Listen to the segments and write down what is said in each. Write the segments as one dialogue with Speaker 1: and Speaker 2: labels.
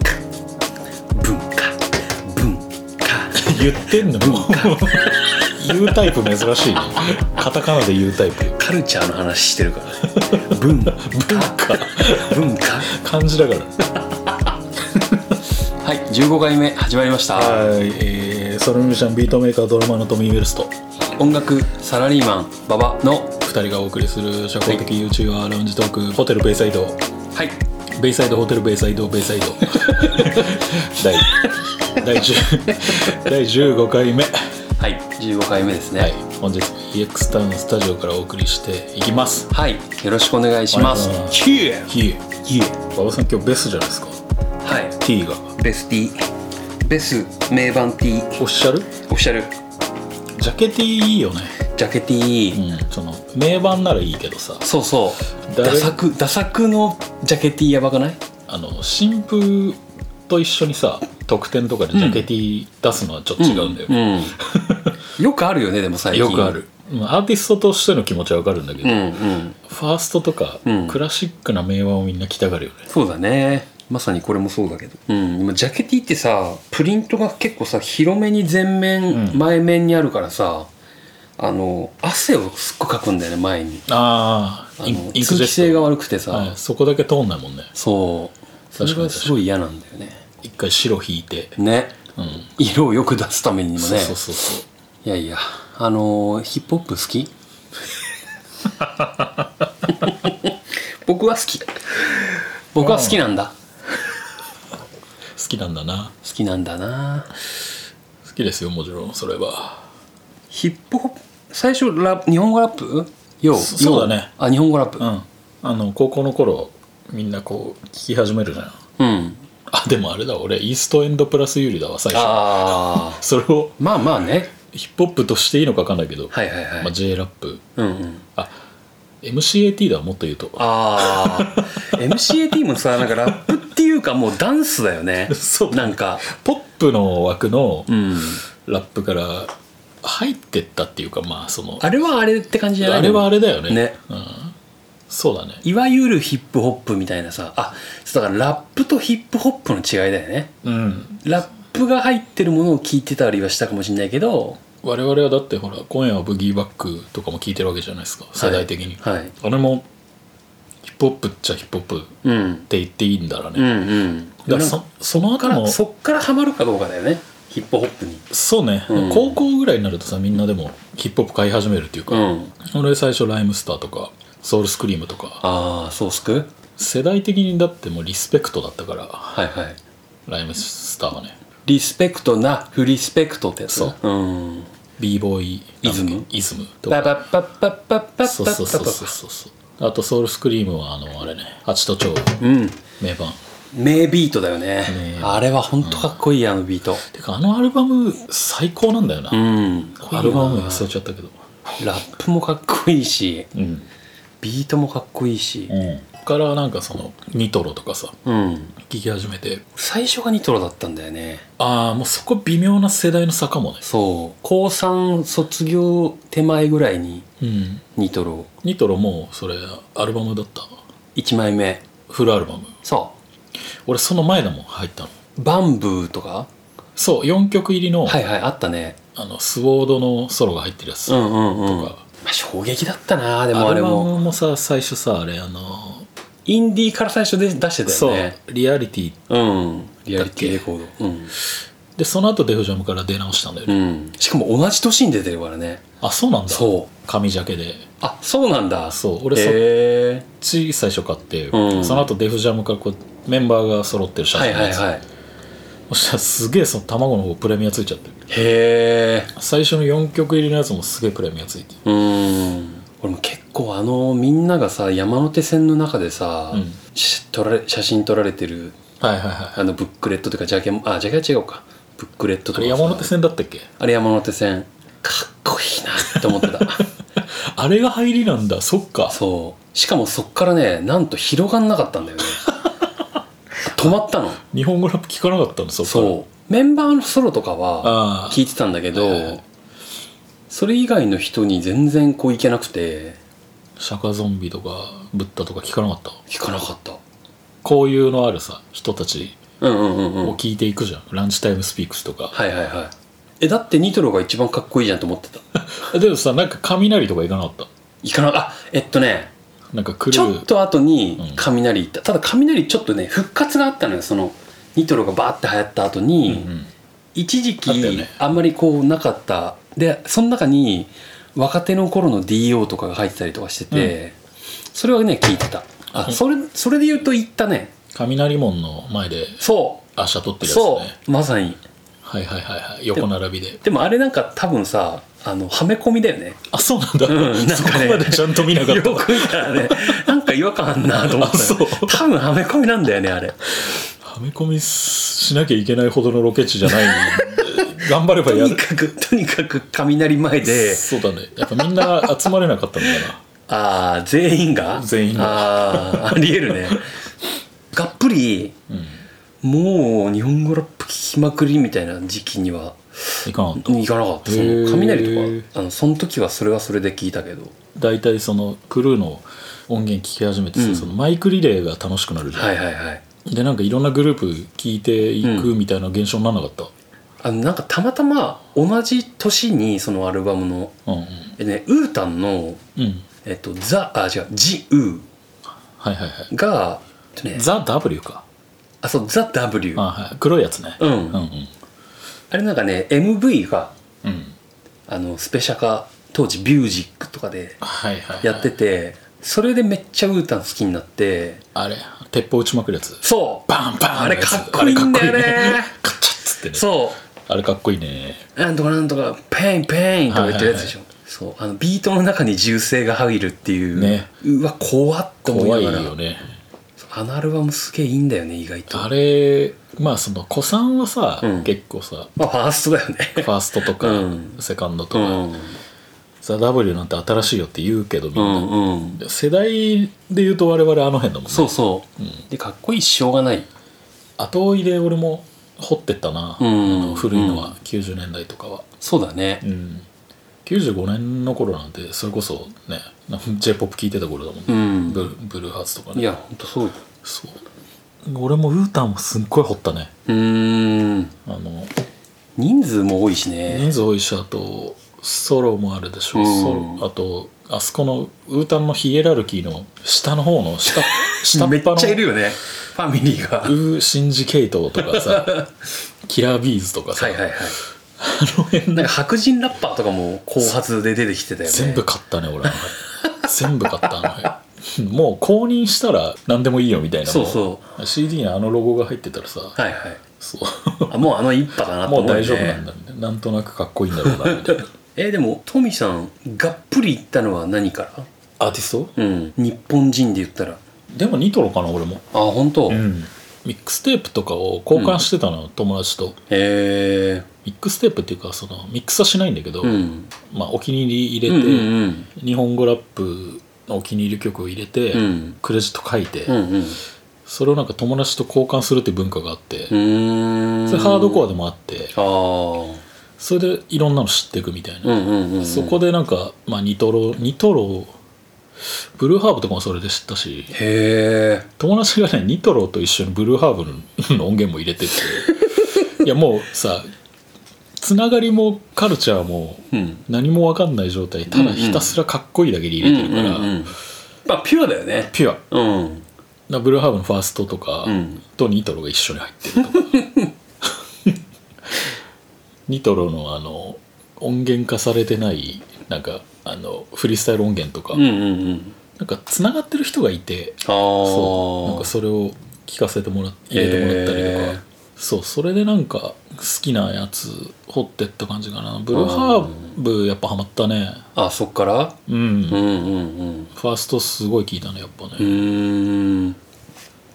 Speaker 1: 文化文化
Speaker 2: 言ってんの言うタイプ珍しいねカタカナで言うタイプ
Speaker 1: カルチャーの話してる から文化
Speaker 2: 文化
Speaker 1: 文化
Speaker 2: 漢字だから
Speaker 1: はい15回目始まりました
Speaker 2: はい、えー、ソロミュージシャンビートメーカードラマーのトミー・ウェルスと
Speaker 1: 音楽サラリーマン馬場の
Speaker 2: 2人がお送りする社交的 YouTuber ラウンジトークホテルベイサイド
Speaker 1: はい
Speaker 2: ベイサイドホテルベイサイドベイサイド 第第10第15回目は
Speaker 1: はい15回目ですね
Speaker 2: い本日 EX タウンスタジオからお送りしていきます
Speaker 1: はい、よろしくお願いします
Speaker 2: お願い
Speaker 1: キュー
Speaker 2: ヒエヒエ馬場さん今日ベストじゃないですか
Speaker 1: は
Speaker 2: T
Speaker 1: い
Speaker 2: が
Speaker 1: ベスティベス名盤ティ
Speaker 2: おっしゃる
Speaker 1: オフィシャル
Speaker 2: ジャケティいいよね
Speaker 1: ジャケティ
Speaker 2: うんその名盤ならいいけどさ
Speaker 1: そうそう
Speaker 2: 誰
Speaker 1: ダサくダサくのジャケティやばくない
Speaker 2: あの新風と一緒にさ特典とかでジャケティ出すのはちょっと違うんだよ、
Speaker 1: ん、よくあるよねでも最近
Speaker 2: よくあるまあアーティストとしての気持ちはわかるんだけ
Speaker 1: う
Speaker 2: ど、
Speaker 1: んうん
Speaker 2: ファーストとか、
Speaker 1: うん
Speaker 2: クラシックな名盤をみんな着たがるよね
Speaker 1: そうだねまさにこれもそうだけど、うん、今ジャケティってさプリントが結構さ広めに前面、
Speaker 2: うん
Speaker 1: 前面にあるからさあの汗をすっごいかくんだよね前に
Speaker 2: ああ
Speaker 1: あ
Speaker 2: イン
Speaker 1: の
Speaker 2: インク
Speaker 1: 通
Speaker 2: ジェ
Speaker 1: 気性
Speaker 2: ッ
Speaker 1: が悪くてさ、
Speaker 2: ト、はい、そこだけ通んないもんね
Speaker 1: そうそ
Speaker 2: 確かに
Speaker 1: れがすごい嫌なんだよね
Speaker 2: 一回白引いて、
Speaker 1: ね
Speaker 2: うん
Speaker 1: 色をよく出すためにもね
Speaker 2: そうそうそうそう
Speaker 1: いやいやあのーヒップホップ好き 僕は好き僕は好きなんだ
Speaker 2: 好きなんだな
Speaker 1: 好きなんだな
Speaker 2: 好きですよもちろんそれは
Speaker 1: ヒップホップ最初ラ日本語ラップよ
Speaker 2: そそうだね
Speaker 1: あ日本語ラップ
Speaker 2: う、んあの高校の頃みんなこう聞き始めるじゃん
Speaker 1: うん、
Speaker 2: あでもあれだ俺イーストエンドプラス有利だわ最初
Speaker 1: ああ
Speaker 2: それを
Speaker 1: まあまあね
Speaker 2: ヒップホップとしていいのか分かんないけど、
Speaker 1: はいはいはい、
Speaker 2: まあ、J ラップ
Speaker 1: うんうん
Speaker 2: あ MCAT だもっと言うと
Speaker 1: ああ MCAT もさなんかラップっていうかもうダンスだよね
Speaker 2: そう
Speaker 1: なんか
Speaker 2: ポップの枠の
Speaker 1: うん
Speaker 2: ラップから入ってったっていうかまあそのあ
Speaker 1: あれはあれって感じじゃない
Speaker 2: れはあれだよね
Speaker 1: ね
Speaker 2: うん、そうだね
Speaker 1: いわゆるヒップホップみたいなさあそうだからラップとヒップホップの違いだよね
Speaker 2: うん
Speaker 1: ラップが入ってるものを聞いてたりはしたかもしれないけど
Speaker 2: 我々はだってほら今夜はブギーバックとかも聞いてるわけじゃないですか世代的に、
Speaker 1: はい、はい
Speaker 2: あれもヒップホップっちゃヒップホップっ
Speaker 1: うん、
Speaker 2: て言っていいんだら
Speaker 1: うん
Speaker 2: ね、
Speaker 1: うん
Speaker 2: だからそその
Speaker 1: か
Speaker 2: 後
Speaker 1: ら
Speaker 2: の
Speaker 1: そっからハマるかどうかだよねヒップホップに
Speaker 2: そうね、
Speaker 1: うん
Speaker 2: 高校ぐらいになるとさみんなでもヒップホップ買い始めるっていうか、
Speaker 1: ん
Speaker 2: 俺最初ライムスターとかソウルスクリームとか
Speaker 1: ああそうすく
Speaker 2: 世代的にだってもうリスペクトだったから
Speaker 1: はいはい
Speaker 2: ライムスターはね
Speaker 1: リスペクトなフリスペクトってやつ、
Speaker 2: そう
Speaker 1: うん、
Speaker 2: b ボーイ
Speaker 1: イズム
Speaker 2: イズムと
Speaker 1: パ
Speaker 2: か
Speaker 1: パパパパパパ
Speaker 2: そうそうそうそうそうそうあとソウルスクリームはあのあれね八と蝶
Speaker 1: うん
Speaker 2: 名盤
Speaker 1: 名ビートだよね
Speaker 2: ね
Speaker 1: あれは本当かっこいいあのビート
Speaker 2: てかあのアルバム最高なんだよな、
Speaker 1: うん
Speaker 2: アルバム名忘れちゃったけど
Speaker 1: ラップもかっこいいし
Speaker 2: うん、
Speaker 1: ビートもかっこいいし
Speaker 2: からなんかそのニトロとかさ
Speaker 1: うん
Speaker 2: 聞き始めて
Speaker 1: 最初がニトロだったんだよね
Speaker 2: ああもうそこ微妙な世代の差かもね
Speaker 1: そう高3卒業手前ぐらいに
Speaker 2: うん
Speaker 1: ニトロ
Speaker 2: ニトロもうそれアルバムだった
Speaker 1: 1枚目
Speaker 2: フルアルバム
Speaker 1: そ
Speaker 2: 俺その前だもん入ったの
Speaker 1: うバンブーとか
Speaker 2: そう4曲入りの,、
Speaker 1: はいはいあったね
Speaker 2: あのスウォードのソロが入ってるやつ
Speaker 1: う
Speaker 2: とか、
Speaker 1: んうんうんまあ衝撃だったなでも
Speaker 2: ア
Speaker 1: あれ
Speaker 2: ルバ
Speaker 1: も
Speaker 2: ムもさ最初さあれあの
Speaker 1: インディーから最初で出してた
Speaker 2: そ
Speaker 1: よ
Speaker 2: う
Speaker 1: ね
Speaker 2: リアリティ
Speaker 1: うんリアリティレコードうん、
Speaker 2: でその後デフジャムから出直したんだよね、
Speaker 1: うん、しかも同じ年に出てるからね
Speaker 2: あそうなんだ
Speaker 1: そう
Speaker 2: 紙ジャケで
Speaker 1: あそうなんだ
Speaker 2: そう俺そ
Speaker 1: へ
Speaker 2: っ
Speaker 1: え
Speaker 2: ち最初買って、
Speaker 1: うん
Speaker 2: その後デフジャムからこうメンバーが揃ってる写
Speaker 1: は
Speaker 2: 真
Speaker 1: い
Speaker 2: の
Speaker 1: はい
Speaker 2: やつ、
Speaker 1: はい
Speaker 2: そしたらすげえその卵の方プレミアついちゃってる
Speaker 1: へえ
Speaker 2: 最初の4曲入りのやつもすげえプレミアついてる
Speaker 1: うーん俺も結構あのみんながさ山手線の中でさ、
Speaker 2: うん
Speaker 1: し撮られ写真撮られてる
Speaker 2: はいはいはい
Speaker 1: あのブックレットというかジャケもあジャケは違うかブックレット
Speaker 2: あ
Speaker 1: とか
Speaker 2: れ
Speaker 1: さ
Speaker 2: 山手線だったっけ
Speaker 1: あれ山手線かっこいいなって思ってた
Speaker 2: あれが入りなんだそっか
Speaker 1: そうしかもそっからねなんと広がんなかったんだよね止まったの
Speaker 2: 日本語ラップ聞かなかったのそっから
Speaker 1: そうメンバーのソロとかは
Speaker 2: あ
Speaker 1: 聞いてたんだけど、
Speaker 2: はいはい
Speaker 1: それ以外の人に全然こういけなくて
Speaker 2: あ釈迦ゾンビとかブッダとか聞かなかった
Speaker 1: 聞かなかった
Speaker 2: こういうのあるさ人たち
Speaker 1: うんうんうんうん
Speaker 2: を聞いていくじゃん、ランチタイムスピークスとか
Speaker 1: はいはいはいえだってニトロが一番かっこいいじゃんと思って た
Speaker 2: でもさなんか雷とか行かなかっ
Speaker 1: いかなあえっとね
Speaker 2: たなんか来る
Speaker 1: ちょっと後
Speaker 2: うん
Speaker 1: に雷行った、ただ雷ちょっとね復活があったのよそのニトロがバーって流行った後
Speaker 2: うんう
Speaker 1: に、
Speaker 2: ん
Speaker 1: 一時
Speaker 2: あったよ
Speaker 1: 期
Speaker 2: ね
Speaker 1: あんまりこうなかったでその中に若手の頃の DO とかが入ってたりとかしてて、それはね聞いてたあ、
Speaker 2: うん
Speaker 1: それそれで言うと行ったね
Speaker 2: 雷門の前で
Speaker 1: そ
Speaker 2: アシャ取って
Speaker 1: う
Speaker 2: るやつね
Speaker 1: そうまさに
Speaker 2: はいはいはいはい横並びで
Speaker 1: でもあれなんか多分さあのはめ込みだよね
Speaker 2: あそうなんだ、
Speaker 1: うんなん
Speaker 2: そこ
Speaker 1: かね
Speaker 2: までちゃんと見なかっ
Speaker 1: よ
Speaker 2: た
Speaker 1: く見たらねなんか違和感あんなと思った
Speaker 2: あそう
Speaker 1: 多分はめ込みなんだよねあれ
Speaker 2: はめ込みしなきゃいけないほどのロケ地じゃない頑張れば
Speaker 1: と
Speaker 2: や
Speaker 1: に
Speaker 2: る
Speaker 1: かくとにかく雷前で
Speaker 2: そうだねやっぱみんな集まれなかったのかな
Speaker 1: ああ全員が
Speaker 2: 全員
Speaker 1: があーありえるねがっぷり
Speaker 2: うん
Speaker 1: もう日本語ラップ聞きまくりみたいな時期にはい
Speaker 2: かんかった
Speaker 1: 行かなかったそ
Speaker 2: へ
Speaker 1: の
Speaker 2: ー
Speaker 1: 雷とかあのその時はそれはそれで聞いたけど
Speaker 2: 大体そのクルーの音源聞き始めてさ、
Speaker 1: うん
Speaker 2: そのマイクリレーが楽しくなるじゃん、
Speaker 1: はいはいはい
Speaker 2: でなんかいろんなグループ聞いていくみたいな現象にならなかっ
Speaker 1: あのなんかたまたま同じ年にそのアルバムの
Speaker 2: たうんうん
Speaker 1: えねウータンの
Speaker 2: うん
Speaker 1: えっとザあ違うジウー
Speaker 2: はいはいはい
Speaker 1: がえっとね
Speaker 2: ザ・ W か
Speaker 1: あそうザ W
Speaker 2: あ、はい、黒いやつね、
Speaker 1: うん、
Speaker 2: うん、うん
Speaker 1: あれなんかね MV が
Speaker 2: うん
Speaker 1: あのスペシャ化当時ビュージックとかで
Speaker 2: はいはい、はい、
Speaker 1: やっててそれでめっちゃウータン好きになって
Speaker 2: あれ鉄砲撃ちまくるやつ
Speaker 1: そう
Speaker 2: バンバン
Speaker 1: あれ
Speaker 2: のやつ
Speaker 1: かっこいいんだよね
Speaker 2: あれかっこいいカチャッつってね
Speaker 1: そ
Speaker 2: あれかっこいいね
Speaker 1: うなんとかなんとかペインペインとか言ってるやつでしょ、そうあのビートの中に銃声が入るっていう、
Speaker 2: ね
Speaker 1: うわ怖っと思
Speaker 2: 怖
Speaker 1: い
Speaker 2: い
Speaker 1: ながら
Speaker 2: よね
Speaker 1: あのアルバムすげえいいんだよね意外と
Speaker 2: あれまあその古参はさ、
Speaker 1: うん
Speaker 2: 結構さ
Speaker 1: まあファーストだよね
Speaker 2: ファーストとか、
Speaker 1: うん
Speaker 2: セカンドと
Speaker 1: う
Speaker 2: か、
Speaker 1: ん
Speaker 2: ザ・ W なんて新しいよって言うけどみん
Speaker 1: う
Speaker 2: な、
Speaker 1: んうん
Speaker 2: 世代で言うと我々あの辺だもんね
Speaker 1: そうそう、でかっこいいししょうがない、
Speaker 2: 後追いで俺も掘ってったな、
Speaker 1: うん
Speaker 2: あの古いの
Speaker 1: う
Speaker 2: は90年代とかは、
Speaker 1: そうだね
Speaker 2: うん、95年の頃なんてそれこそね j p o p 聴いてた頃だもん
Speaker 1: う
Speaker 2: ね、
Speaker 1: ん
Speaker 2: ブルブルーハーツとか
Speaker 1: い
Speaker 2: ね
Speaker 1: やほんとそうよ
Speaker 2: そう俺もウータンもすっごい掘ったね
Speaker 1: うーん
Speaker 2: あの
Speaker 1: 人数も多いしね
Speaker 2: 人数多いしあとソロもあるでしょ、
Speaker 1: うん
Speaker 2: ソロあとあそこのウータンのヒエラルキーの下の方の 下下っ
Speaker 1: めっ
Speaker 2: 端の
Speaker 1: ちゃいるよねファミリーがは
Speaker 2: ウー・シンジケイトと かさキラービーズとかさ、
Speaker 1: いはいはい
Speaker 2: あの辺
Speaker 1: なんか白人ラッパーとかも後発で出てきてたよね
Speaker 2: 全部買ったね俺あの辺全部買ったあの辺 もう公認したら何でもいいよみたいな
Speaker 1: そうそう
Speaker 2: CD にあのロゴが入ってたらさ、
Speaker 1: はいはい
Speaker 2: そう
Speaker 1: あもうあの一派だなと
Speaker 2: も
Speaker 1: 思
Speaker 2: う
Speaker 1: うよね
Speaker 2: 大丈夫なんだみたいななんとなくかっこいいんだろうなみたいな
Speaker 1: えーでもトミさんがっぷり行ったのは何か
Speaker 2: アーティスト
Speaker 1: らうん日本人で言ったらあ
Speaker 2: でもニトロかな俺も
Speaker 1: 本当、へ
Speaker 2: ん、ミックステープとかを交換してたの、友達と
Speaker 1: え
Speaker 2: ミックステープっていうかそのミックスはしないんだけど、
Speaker 1: うん
Speaker 2: まあ、お気に入り入
Speaker 1: う
Speaker 2: れ
Speaker 1: ん
Speaker 2: て、
Speaker 1: うん
Speaker 2: 日本語ラップのお気に入り曲を入れて、
Speaker 1: うん
Speaker 2: クレジット書いて、
Speaker 1: うんうんうん
Speaker 2: それをなんか友達と交換するって文化があって、
Speaker 1: うーん
Speaker 2: それハードコアでもあって
Speaker 1: ああ
Speaker 2: それでいろんなの知っていくみたいな、
Speaker 1: うんうんうん
Speaker 2: そこでなんか、まあ、ニトロニトロブルーハーブとかもそれで知ったし
Speaker 1: へえ
Speaker 2: 友達がねニトロと一緒にブルーハーブのの音源も入れてていやもうさつながりもカルチャーも
Speaker 1: うん
Speaker 2: 何も分かんない状態ただひたすらかっこいいだけで入れてるから、
Speaker 1: うんうんうんまあピュアだよね
Speaker 2: ピュア
Speaker 1: うん
Speaker 2: なブルーハーブのファーストとか、
Speaker 1: うん
Speaker 2: とニトロが一緒に入ってるとか ニトロのあの音源化されてないなんかあのフリースタイル音源とか、
Speaker 1: うんうんうん
Speaker 2: なんかつながってる人がいて
Speaker 1: ああ
Speaker 2: そうなんかそれを聞かせてもらっ入れてもらったりとか、
Speaker 1: へー
Speaker 2: そうそれでなんか好きなやつ掘ってった感じかなブルーハーブやっぱハマったね
Speaker 1: あそっから
Speaker 2: うん、
Speaker 1: う
Speaker 2: フ
Speaker 1: んうんうん
Speaker 2: ァーストすごい聞いたねやっぱね、
Speaker 1: うーん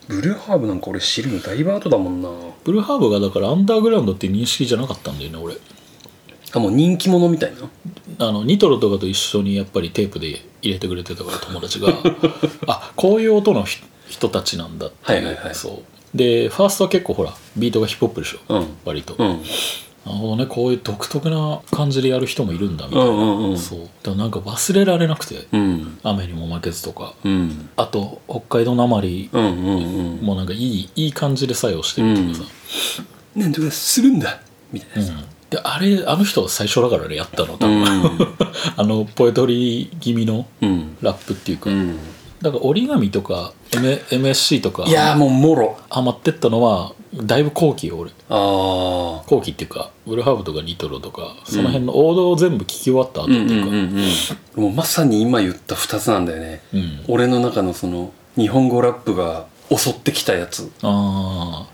Speaker 1: ブルーハーブなんか俺知るのだいぶ後だもんな
Speaker 2: ブルーハーブがだからアンダーグラウンドっていう認識じゃなかったんだよね俺
Speaker 1: あもう人気者みたいな
Speaker 2: あのニトロ とかと一緒にやっぱりテープで入れてくれてたから友達があこういう音のひ人たちなんだっていう、
Speaker 1: はいはいはい
Speaker 2: そうでファーストは結構ほらビートがヒップホップでしょ、
Speaker 1: うん
Speaker 2: 割と、
Speaker 1: うん
Speaker 2: なるほどねこういう独特な感じでやる人もいるんだみたいな、
Speaker 1: うんうんうん
Speaker 2: そうでもなんか忘れられなくて
Speaker 1: うん
Speaker 2: 雨にも負けずとか
Speaker 1: うん
Speaker 2: あと北海道なまり
Speaker 1: うんうんうん
Speaker 2: もなんかいいいい感じで作用してるっていうかさ、
Speaker 1: なんとかするんだみたいなさ
Speaker 2: うんであれあの人最初だからねやったの多
Speaker 1: う
Speaker 2: 分、
Speaker 1: ん
Speaker 2: あのポエトリー気味の
Speaker 1: うん
Speaker 2: ラップっていうか、
Speaker 1: うん
Speaker 2: だから折り紙とか、M、MSC と か
Speaker 1: いやーもうもろ
Speaker 2: ハマってったのはだいぶ後期よ俺
Speaker 1: ああ
Speaker 2: 後期っていうかウルハーブとかニトロとかその辺の王道を全部聞き終わった後っ
Speaker 1: う
Speaker 2: て
Speaker 1: んう
Speaker 2: い
Speaker 1: ん
Speaker 2: うか、
Speaker 1: うんうんもうまさに今言った2つなんだよね
Speaker 2: うん
Speaker 1: 俺の中のその日本語ラップが襲ってきたやつ
Speaker 2: あ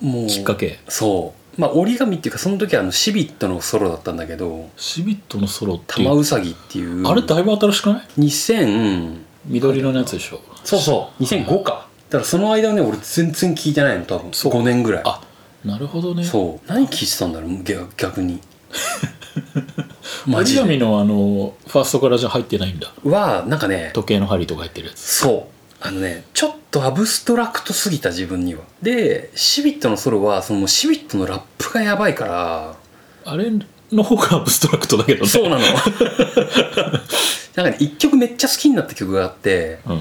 Speaker 1: もう
Speaker 2: あきっかけ
Speaker 1: そうまあ折り紙っていうかその時はあのシビットのソロだったんだけど
Speaker 2: シビットのソロってい
Speaker 1: 玉
Speaker 2: う
Speaker 1: うさぎっていう
Speaker 2: あれだいぶ新しくない
Speaker 1: 2000
Speaker 2: 緑色のやつでしょ
Speaker 1: そうそう2005かだからその間はね俺全然聞いてないの多分
Speaker 2: そう
Speaker 1: 5年ぐらい
Speaker 2: あなるほどね
Speaker 1: そう何聞いてたんだろう逆逆 にマ
Speaker 2: 折
Speaker 1: ジ
Speaker 2: り紙
Speaker 1: で
Speaker 2: のあのファーストからじゃ入ってないんだ
Speaker 1: はなんかね
Speaker 2: 時計の針とか入ってるやつ
Speaker 1: そうあのねちょっとアブストラクトすぎた自分にはでシビットのソロはそのもうシビットのラップがやばいから
Speaker 2: あれの方がアブストラクトだけど ね
Speaker 1: そうなのなんかね一曲めっちゃ好きになった曲があって
Speaker 2: うん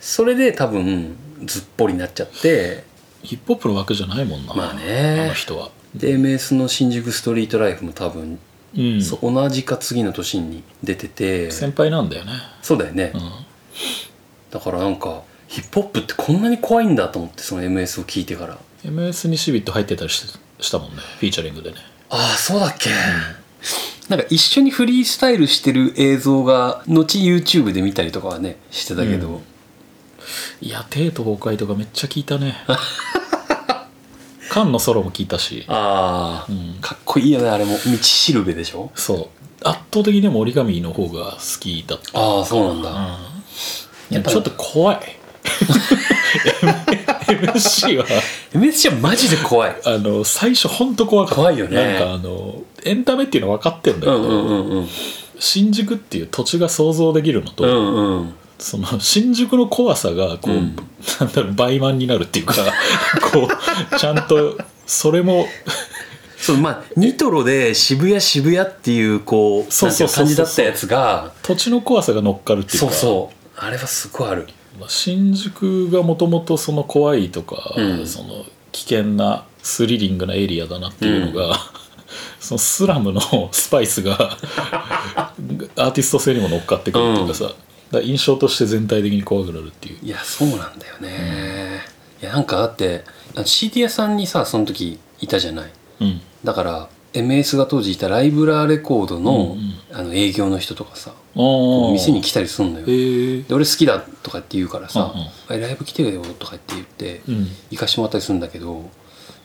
Speaker 1: それで多分ずっぽりになっちゃって
Speaker 2: ヒップホップの枠じゃないもんな
Speaker 1: まあ
Speaker 2: あ
Speaker 1: ね
Speaker 2: の人は
Speaker 1: で MS の新宿ストリートライフも多分、
Speaker 2: うん
Speaker 1: そ同じか次の年に出てて
Speaker 2: 先輩なんだよね
Speaker 1: そうだよね、
Speaker 2: うん
Speaker 1: だからなんかヒップホップってこんなに怖いんだと思ってその MS を聞いてから
Speaker 2: MS にシビット入ってたりししたもんねフィーチャリングでね
Speaker 1: ああそうだっけ、なんか一緒にフリースタイルしてる映像が後 YouTube で見たりとかはねしてたけど、
Speaker 2: うんいや帝都崩壊とかめっちゃ聞 いたねカンのソロも聞いたし
Speaker 1: ああ、
Speaker 2: うん
Speaker 1: かっこいいよねあれも道しるべでしょ
Speaker 2: そう圧倒的にでも折り紙の方が好きだった
Speaker 1: ああそうなんだ、
Speaker 2: いや
Speaker 1: やっぱり
Speaker 2: ちょっと怖い MC は
Speaker 1: MSC はマジで怖い
Speaker 2: あの最初ほんと怖かった
Speaker 1: 怖いよね
Speaker 2: なんかあのエンタメっていうのは分かってんだけ
Speaker 1: う
Speaker 2: ど、
Speaker 1: んうんうんうん
Speaker 2: 新宿っていう土地が想像できるのと、
Speaker 1: うんうん
Speaker 2: その新宿の怖さがこう、
Speaker 1: うん
Speaker 2: なんだろう倍満になるっていうかこうちゃんとそれも
Speaker 1: そうまあニトロで渋谷渋谷っていうこう
Speaker 2: そうそうそう
Speaker 1: なんてい感
Speaker 2: そう
Speaker 1: じだったやつが
Speaker 2: 土地の怖さが乗っかるっていう
Speaker 1: そ
Speaker 2: か
Speaker 1: うそうあれはすごいある
Speaker 2: まあ新宿がもともとその怖いとか、
Speaker 1: うん
Speaker 2: その危険なスリリングなエリアだなっていうのが、 そのスラムの スパイスがアーティスト性にも乗っかってくるっていうかさ、だから印象として全体的に怖くなるっていう。
Speaker 1: いやそうなんだよね、いやなんかだってあの CD 屋さんにさその時いたじゃない
Speaker 2: うん
Speaker 1: だから MS が当時いたライブラーレコードの,、
Speaker 2: うんうん
Speaker 1: あの営業の人とかさ
Speaker 2: おー
Speaker 1: 店に来たりすんのよ
Speaker 2: えー
Speaker 1: で俺好きだとかって言うからさ
Speaker 2: うんうん
Speaker 1: 「えライブ来てよ」とかって言って
Speaker 2: うん
Speaker 1: 行かしてもらったりするんだけど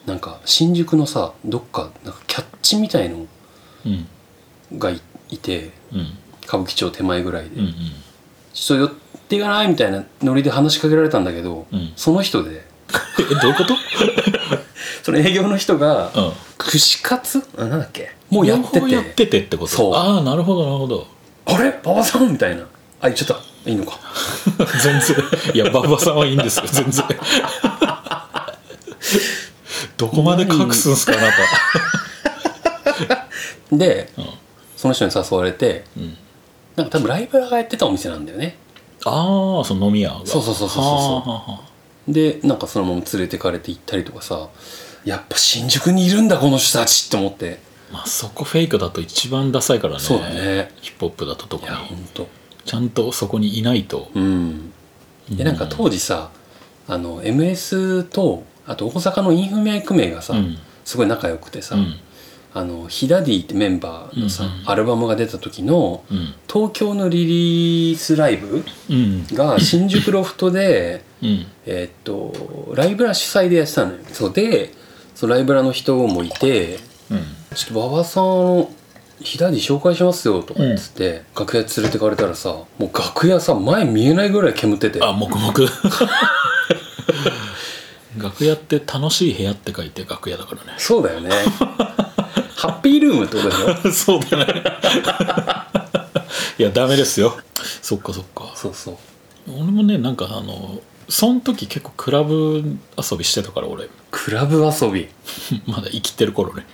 Speaker 1: なんか新宿のさどっかなんかキャッチみたいの
Speaker 2: うん
Speaker 1: がいいて
Speaker 2: うん
Speaker 1: 歌舞伎町手前ぐらいで「
Speaker 2: うんうん
Speaker 1: ちょっと寄っていかない?」みたいなノリで話しかけられたんだけど、
Speaker 2: うん
Speaker 1: その人で
Speaker 2: えどういうこと、
Speaker 1: その営業の人が
Speaker 2: うん、
Speaker 1: 串カツあなんだっけもうやって
Speaker 2: 両方やってててってこと
Speaker 1: そう
Speaker 2: ああなるほどなるほど
Speaker 1: あれ馬場さんみたいな。あ、言っちゃった。いいのか。
Speaker 2: 全然いや馬場さんはいいんで すよ全然どこまで隠すんすかあな
Speaker 1: で、
Speaker 2: た、うん
Speaker 1: その人に誘われて、
Speaker 2: うん、
Speaker 1: なんか多分ライブラーがやってたお店なんだよね。
Speaker 2: ああその飲み屋が
Speaker 1: そうそうそうそうそうそう
Speaker 2: はあはあはあ
Speaker 1: で、なんかそのまま連れてかれて行ったりとかさ、やっぱ新宿にいるんだ、この人たちって思って。
Speaker 2: まあそこフェイクだと一番ダサいからね
Speaker 1: そうだね
Speaker 2: ヒップホップだと特
Speaker 1: いや、ほ
Speaker 2: に
Speaker 1: んと。
Speaker 2: ちゃんとそこにいないと、
Speaker 1: うん。で、なんか当時さ、あの、MS と、あと大阪のインフメイク名がさ、
Speaker 2: うん
Speaker 1: すごい仲良くてさ、
Speaker 2: うん
Speaker 1: あの、ヒダディってメンバーのさ、
Speaker 2: うんうん
Speaker 1: アルバムが出た時の、
Speaker 2: うん
Speaker 1: 東京のリリースライブ
Speaker 2: うん
Speaker 1: が新宿ロフトで、
Speaker 2: うん
Speaker 1: えーっとライブラ主催でやってたのよそうでそのライブラの人もいて
Speaker 2: うん
Speaker 1: 「ちょっと馬場さんあの飛騨で紹介しますよ」とかっつって、楽屋連れてかれたらさもう楽屋さ前見えないぐらい煙ってて
Speaker 2: あ、黙々。 楽屋って楽しい部屋って書いて楽屋だからね。
Speaker 1: そう だよねハッピールームってことでしょ
Speaker 2: そうだね。 いや、ダメですよ。そっかそっか。
Speaker 1: そうそう
Speaker 2: 俺もね、なんかあの、その時結構クラブ遊びしてたから俺
Speaker 1: クラブ遊び
Speaker 2: まだ生きてる頃ね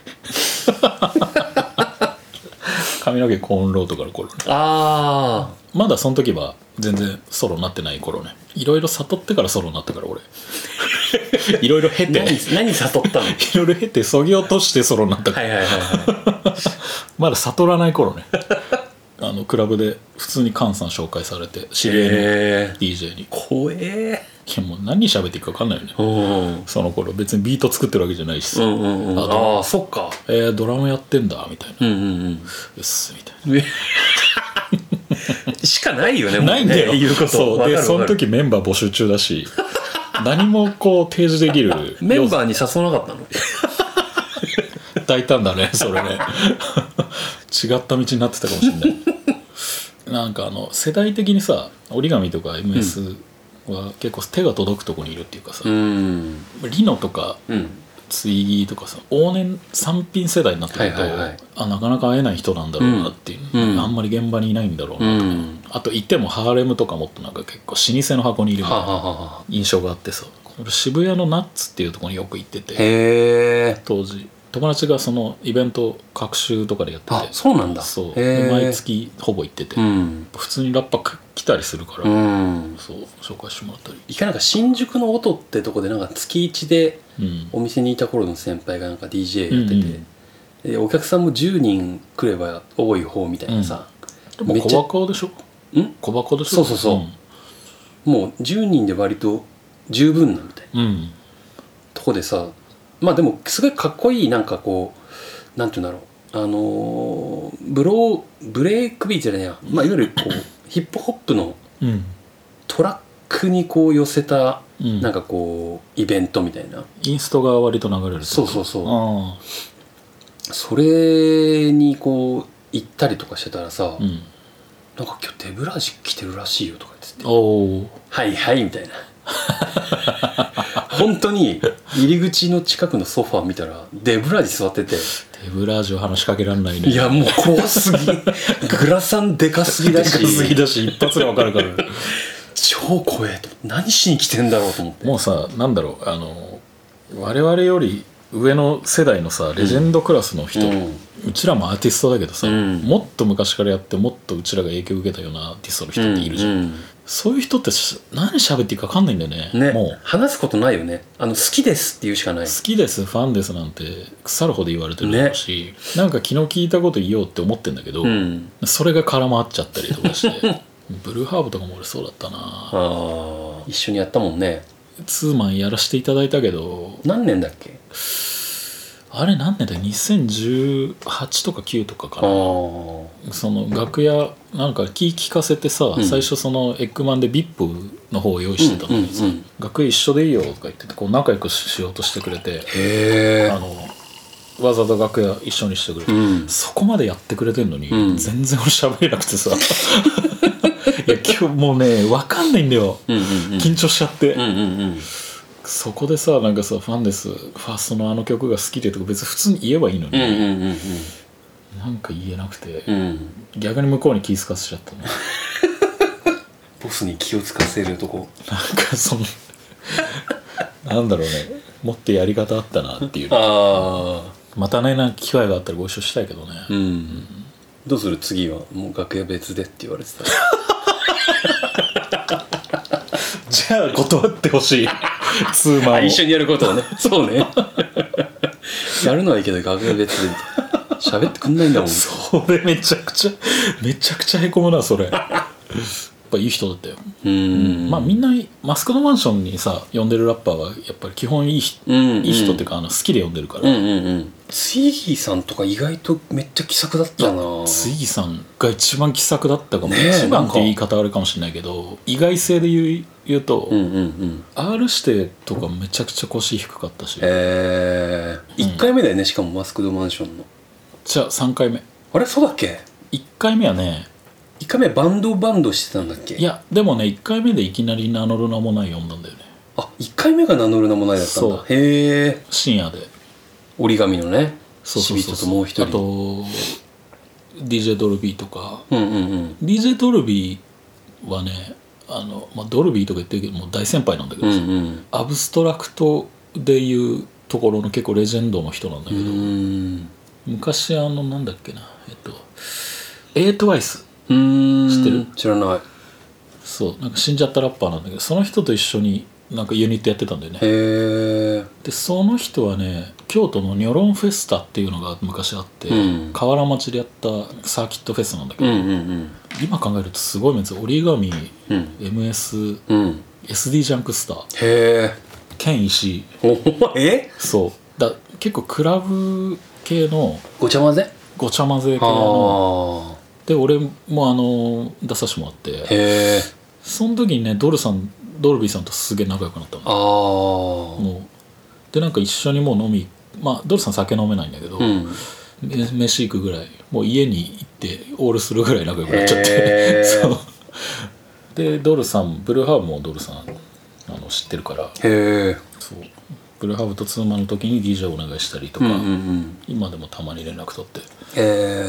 Speaker 2: 髪の毛コーンロードから頃ね
Speaker 1: あ
Speaker 2: まだその時は全然ソロになってない頃ねいろいろ悟ってからソロになったから俺 いろいろ経
Speaker 1: あ
Speaker 2: て
Speaker 1: 何何悟ったの
Speaker 2: いろいろ経てそぎ落としてソロになったから、
Speaker 1: はいはいはいは
Speaker 2: まだ悟らない頃ねあのクラブで普通に菅さん紹介されて
Speaker 1: い
Speaker 2: 知り合いの
Speaker 1: へえ
Speaker 2: DJ に、い
Speaker 1: 怖え
Speaker 2: やもう何喋っていいか分かんないよね
Speaker 1: うん
Speaker 2: その頃別にビート作ってるわけじゃないし
Speaker 1: う
Speaker 2: さ、
Speaker 1: んうんうん
Speaker 2: あと
Speaker 1: ああそっか
Speaker 2: えードラムやってんだみたいな
Speaker 1: うんうん
Speaker 2: うっすみたいな
Speaker 1: うん しかないよねもうね
Speaker 2: ないんだよ
Speaker 1: 言うこと
Speaker 2: そ
Speaker 1: わ
Speaker 2: う
Speaker 1: かる
Speaker 2: で
Speaker 1: わかる
Speaker 2: その時メンバー募集中だし 何もこう提示できる
Speaker 1: メンバーに誘わなかったの
Speaker 2: 大胆だねそれね 違った道になってたかもしれない なんかあの世代的にさ折り紙とか MS は結構手が届くとこにいるっていうかさ、
Speaker 1: うん
Speaker 2: リノとか
Speaker 1: うん
Speaker 2: ツイギーとかさ往年三品世代になってくると、
Speaker 1: はいはいはい
Speaker 2: あなかなか会えない人なんだろうなっていう、
Speaker 1: うんうん
Speaker 2: あんまり現場にいないんだろう
Speaker 1: う
Speaker 2: な、
Speaker 1: ん
Speaker 2: あといてもハーレムとかもっとなんか結構老舗の箱にいるみ
Speaker 1: はあ
Speaker 2: たい
Speaker 1: は
Speaker 2: な
Speaker 1: あはあはあ
Speaker 2: 印象があってさ俺渋谷のナッツっていうところによく行ってて
Speaker 1: へえ
Speaker 2: 当時友達がそのイベント各週とかでやって
Speaker 1: あ
Speaker 2: て
Speaker 1: そうなんだ
Speaker 2: そう
Speaker 1: へ
Speaker 2: で
Speaker 1: え
Speaker 2: 毎月ほぼ行ってて、
Speaker 1: うん
Speaker 2: 普通にラッパー来たりするから、
Speaker 1: うん
Speaker 2: そう紹介してもらったり、
Speaker 1: 一回なんか新宿の音ってとこでなんか月一で
Speaker 2: うん、
Speaker 1: お店にいた頃の先輩がなんか DJ やってて、
Speaker 2: うん
Speaker 1: でお客さんも10人来れば多い方みたいなさ、
Speaker 2: でも
Speaker 1: めっちゃ
Speaker 2: 小箱でしょ
Speaker 1: ん
Speaker 2: 小箱でしょ
Speaker 1: そうそうそもう10人で割と十分なみたいな
Speaker 2: うん、うん
Speaker 1: とこでさまあでもすごいかっこいいなんかこうなんて言うんだろうあのーブローブレイクビートじゃないや、まあ、いわゆるこ うヒップホップの
Speaker 2: うん
Speaker 1: トラックにこう寄せた
Speaker 2: うん、
Speaker 1: なんかこうイベントみたいな
Speaker 2: インストが割と流れるってこと
Speaker 1: そうそうそう
Speaker 2: あ
Speaker 1: それにこう行ったりとかしてたらさ、
Speaker 2: あ、うん、
Speaker 1: なんか今日手ぶらし着てるらしいよとか言ってて
Speaker 2: おお
Speaker 1: 「はいはい」みたい な本当に入り口の近くのソファー見たらデブラジ座ってて
Speaker 2: 手ブラージュ話しかけらんないね
Speaker 1: いやもう怖すぎグラサンでかすぎだし
Speaker 2: でかすぎだし一発でわかるから
Speaker 1: 超怖えと何しに来てんだろうと思って
Speaker 2: もうさなんだろうあの我々より上の世代のさレジェンドクラスの人、
Speaker 1: う
Speaker 2: う
Speaker 1: ん
Speaker 2: ちらもアーティストだけどさ、
Speaker 1: うん
Speaker 2: もっと昔からやってもっとうちらが影響受けたようなアーティストの人っているじゃん、
Speaker 1: うん
Speaker 2: そういう人ってし何喋っていいか分かんないんだよね
Speaker 1: うんね
Speaker 2: もう
Speaker 1: 話すことないよねあの好きですって言うしかない
Speaker 2: 好きですファンですなんて腐るほど言われてるだろうし、なんか昨日聞いたこと言おうって思ってんだけど、
Speaker 1: うん
Speaker 2: それが絡まっちゃったりとかして ブルーハーブとかも俺そうだったな
Speaker 1: ああ一緒にやったもんね
Speaker 2: ツーマンやらせていただいたけど
Speaker 1: 何年だっけ
Speaker 2: あれ何年だ2018とか9とかか
Speaker 1: あ
Speaker 2: な
Speaker 1: あ
Speaker 2: その楽屋なんか気聞かせてさ、
Speaker 1: ん
Speaker 2: 最初そのエッグマンで VIP の方を用意してたのにさ、
Speaker 1: うんうんうん
Speaker 2: 楽屋一緒でいいよとか言っててこう仲良くしようとしてくれて
Speaker 1: へ
Speaker 2: あのわざわざ楽屋一緒にしてくれて、
Speaker 1: うん
Speaker 2: そこまでやってくれてんのに、
Speaker 1: うん
Speaker 2: 全然俺喋れなくてさ いや今日もうね分かんないんだよ、
Speaker 1: うんうんうん
Speaker 2: 緊張しちゃって、
Speaker 1: うんうんうん
Speaker 2: そこでさなんかさ「ファンですファーストのあの曲が好きで」とか別に普通に言えばいいの
Speaker 1: う
Speaker 2: に、
Speaker 1: んうんうん
Speaker 2: なんか言えなくて、
Speaker 1: うんうん
Speaker 2: 逆に向こうに気ぃかせちゃったね
Speaker 1: ボスに気をつかせるとこ
Speaker 2: なんかその なんだろうねもっとやり方あったなっていうね
Speaker 1: ああ
Speaker 2: またねなんか機会があったらご一緒したいけどね、
Speaker 1: うんどうする次はもう楽屋別でって言われてた
Speaker 2: じゃあ断ってほ しいツーマンを
Speaker 1: あ一緒にやることは ねそうねやるのはいいけど楽屋別で喋ってくんないんだもん
Speaker 2: それめちゃくちゃめちゃくちゃへこむなそれやっぱいい人だったよ、
Speaker 1: うん
Speaker 2: まあみんなマスクのマンションにさ呼んでるラッパーはやっぱり基本いい,、人
Speaker 1: うんうん
Speaker 2: いい人っていうかあの好きで呼んでるから、
Speaker 1: うんうんうんツイギーさんとか意外とめっちゃ気さくだったな
Speaker 2: ツイギさんが一番気さくだったかも、
Speaker 1: ねえ
Speaker 2: 一番って言い
Speaker 1: な
Speaker 2: 方あるかもしれないけど意外性で言う言うと、
Speaker 1: うんうんうん
Speaker 2: R 指定とかめちゃくちゃ腰低かったし、
Speaker 1: えー、1回目だよねしかもマスクドマンションの
Speaker 2: じゃあ3回目
Speaker 1: あれそうだっけ
Speaker 2: 1回目はね
Speaker 1: 一回目バンドバンドしてたんだっけ
Speaker 2: いやでもね1回目でいきなり名乗る名もない呼んだんだよね
Speaker 1: あ一回目が名乗る名もないだったん
Speaker 2: そう
Speaker 1: だへえ
Speaker 2: 深夜で
Speaker 1: 折り紙のね
Speaker 2: そうそうそう
Speaker 1: シビット
Speaker 2: そ
Speaker 1: ともう一人
Speaker 2: あと DJ ドルビーとか
Speaker 1: うんうんうん
Speaker 2: DJ ドルビーはねあの、まあ、ドルビーとか言ってるけどもう大先輩なんだけ
Speaker 1: う
Speaker 2: ど
Speaker 1: ん
Speaker 2: さ、
Speaker 1: うん
Speaker 2: アブストラクトでいうところの結構レジェンドの人なんだ
Speaker 1: う
Speaker 2: けど、
Speaker 1: ん
Speaker 2: 昔あのなんだっけなえっと a トワイス
Speaker 1: うん
Speaker 2: 知ってる
Speaker 1: 知らない
Speaker 2: そうなんか死んじゃったラッパーなんだけどその人と一緒になんかユニットやってたんだよね
Speaker 1: へえ
Speaker 2: でその人はね京都のニョロンフェスタっていうのが昔あって、
Speaker 1: うん
Speaker 2: 河原町でやったサーキットフェスなんだけ
Speaker 1: う
Speaker 2: ど、
Speaker 1: んうん
Speaker 2: 今考えるとすごいメンツ折り紙
Speaker 1: うん
Speaker 2: MSSD
Speaker 1: うんうん
Speaker 2: ジャンクスター
Speaker 1: へえ
Speaker 2: 剣石
Speaker 1: おえ
Speaker 2: そうだ結構クラブ系の
Speaker 1: ごちゃ混ぜ
Speaker 2: ごちゃ混ぜ系
Speaker 1: あ
Speaker 2: の
Speaker 1: あ
Speaker 2: で俺もあの出させてもらって
Speaker 1: へえ
Speaker 2: その時にねドルさんドルビーさんとすげえ仲良くなったの
Speaker 1: ああ
Speaker 2: もうでなんか一緒にもう飲みまあドルさん酒飲めないんだけど、
Speaker 1: うん
Speaker 2: め飯行くぐらいもう家に行ってオールするぐらい仲良くなっちゃっ
Speaker 1: へー
Speaker 2: て そうでドルさんブルーハーブもドルさんあの知ってるから
Speaker 1: へえ
Speaker 2: そうブルーハーブとツーマンの時に DJ お願いしたりと
Speaker 1: う
Speaker 2: か、
Speaker 1: んうんうん
Speaker 2: 今でもたまに連絡取って
Speaker 1: へ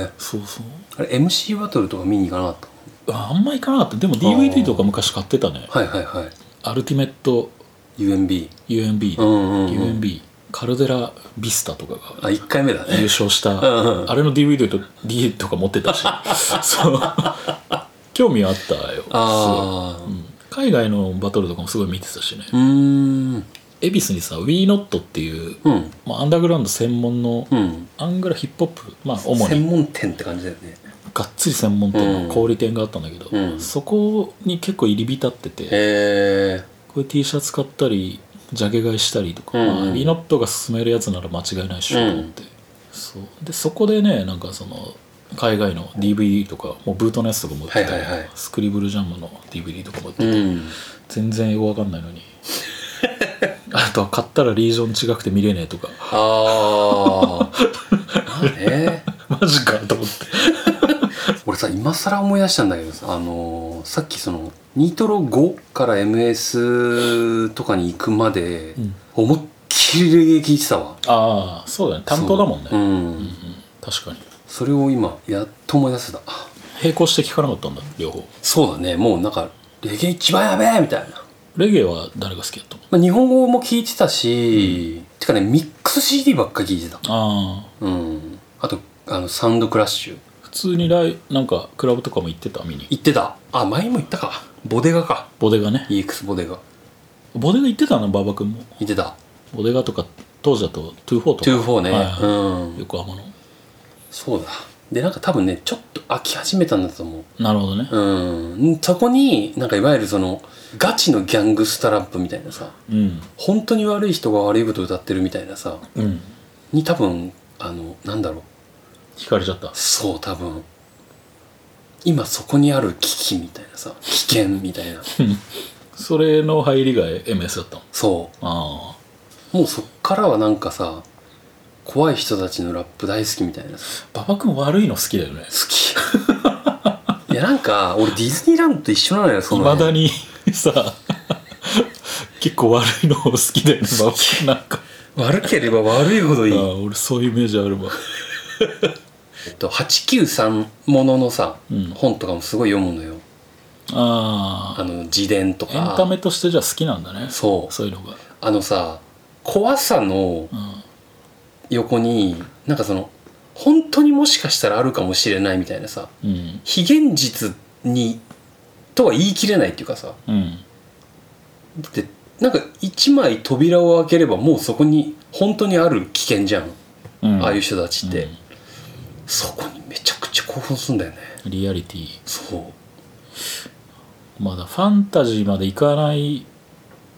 Speaker 1: え
Speaker 2: そうそう
Speaker 1: あれ MC バトルとか見に行かなかっ
Speaker 2: ああんま行かなかったでも DVD とか昔買ってたね
Speaker 1: たはいはいはい
Speaker 2: アルティメット
Speaker 1: UMB
Speaker 2: UMB、
Speaker 1: うんうん、うん、
Speaker 2: UMB カルデラビスタとかが
Speaker 1: あ1回目だ
Speaker 2: 優
Speaker 1: ね
Speaker 2: 勝し
Speaker 1: う
Speaker 2: た、
Speaker 1: んうん
Speaker 2: あれの DVD と D とか持って たしそう興味はあったよ
Speaker 1: あ
Speaker 2: そううん海外のバトルとかもすごい見てたしね
Speaker 1: あうーん
Speaker 2: 恵比寿にさ WeNot っていう、
Speaker 1: うん
Speaker 2: まあ、アンダーグラウンド専門の、
Speaker 1: うん
Speaker 2: アングラヒップホップまあ主に
Speaker 1: 専門店って感じだよね
Speaker 2: がっつり専門店の小売店があったんだけど、
Speaker 1: うん
Speaker 2: そこに結構入り浸ってて、
Speaker 1: へえ
Speaker 2: こういう T シャツ買ったりジャケ買いしたりとか、
Speaker 1: うんうん
Speaker 2: まあ、リノットが勧めるやつなら間違いないっしょと思って、そうでそこでねなんかその海外の DVD とかもうブートのやつとかも売ってたり、
Speaker 1: はいはいはい
Speaker 2: スクリブルジャムの DVD とかも売って
Speaker 1: う
Speaker 2: て、
Speaker 1: ん
Speaker 2: 全然英語わかんないのに あとは買ったらリージョン違くて見れねえとか
Speaker 1: ああ ね
Speaker 2: マジかと思って
Speaker 1: 俺さ今更思い出したんだけどさあのーさっきそのニトロ5から MS とかに行くまで、
Speaker 2: うん
Speaker 1: 思いっきりレゲエ聞いてたわ
Speaker 2: ああそうだね担当だもんね
Speaker 1: そう
Speaker 2: うん
Speaker 1: ん、
Speaker 2: うん確かに
Speaker 1: それを今やっと思い出せた
Speaker 2: 並行して聞かなかったんだ両方
Speaker 1: そうだねもうなんかレゲエ一番やべえみたいな、
Speaker 2: レゲエは誰が好きだったの
Speaker 1: まあ、日本語も聞いてたし、てかねミックス CD ばっかり聞いてた
Speaker 2: ああ
Speaker 1: うんあとあのサウンドクラッシュ
Speaker 2: 普通にライなんかクラブとかも行ってた見に
Speaker 1: 行ってたあ前にも行ったかボデガか
Speaker 2: ボデガね
Speaker 1: EX ボデガ
Speaker 2: ボデガ行ってたの馬場君も
Speaker 1: 行ってた
Speaker 2: ボデガとか当時だと24とか
Speaker 1: 24ね、
Speaker 2: はいはい
Speaker 1: うん
Speaker 2: 横浜の
Speaker 1: そうだでなんか多分ねちょっと飽き始めたんだと思う
Speaker 2: なるほどね
Speaker 1: うんそこになんかいわゆるそのガチのギャングスタラップみたいなさ
Speaker 2: うん
Speaker 1: 本当に悪い人が悪いことを歌ってるみたいなさ
Speaker 2: うん
Speaker 1: に多分あのなんだろう
Speaker 2: 惹かれちゃった
Speaker 1: そう多分今そこにある危機みたいなさ危険みたいな
Speaker 2: それの入りが MS だったの
Speaker 1: そ
Speaker 2: あ
Speaker 1: うもうそっからはなんかさ怖い人たちのラップ大好きみたいなさ
Speaker 2: あ馬場君悪いの好きだよね
Speaker 1: 好き いやなんか俺ディズニーランドと一緒なのよそ
Speaker 2: い
Speaker 1: の
Speaker 2: まだ
Speaker 1: に
Speaker 2: に さ結構悪いの好きだよね馬場君なんか
Speaker 1: 悪ければ悪いほど
Speaker 2: あ
Speaker 1: いい、
Speaker 2: あ俺そういうイメージあるわ
Speaker 1: えっと、893もののさ、
Speaker 2: うん
Speaker 1: 本とかもすごい読むのよあ
Speaker 2: ああ
Speaker 1: の自伝とか
Speaker 2: エンタメとしてじゃあ好きなんだね
Speaker 1: そう
Speaker 2: そういうのが
Speaker 1: あのさ怖さの
Speaker 2: うん
Speaker 1: 横になんかその本当にもしかしたらあるかもしれないみたいなさ
Speaker 2: うん
Speaker 1: 非現実にとは言い切れないっていうかさ
Speaker 2: うん
Speaker 1: だってなんか一枚扉を開ければもうそこに本当にある危険じゃん、
Speaker 2: うん
Speaker 1: ああいう人たちって、
Speaker 2: うん
Speaker 1: そこにめちゃくちゃ興奮するんだよね
Speaker 2: リアリティ
Speaker 1: そ
Speaker 2: まだファンタジーまでいかない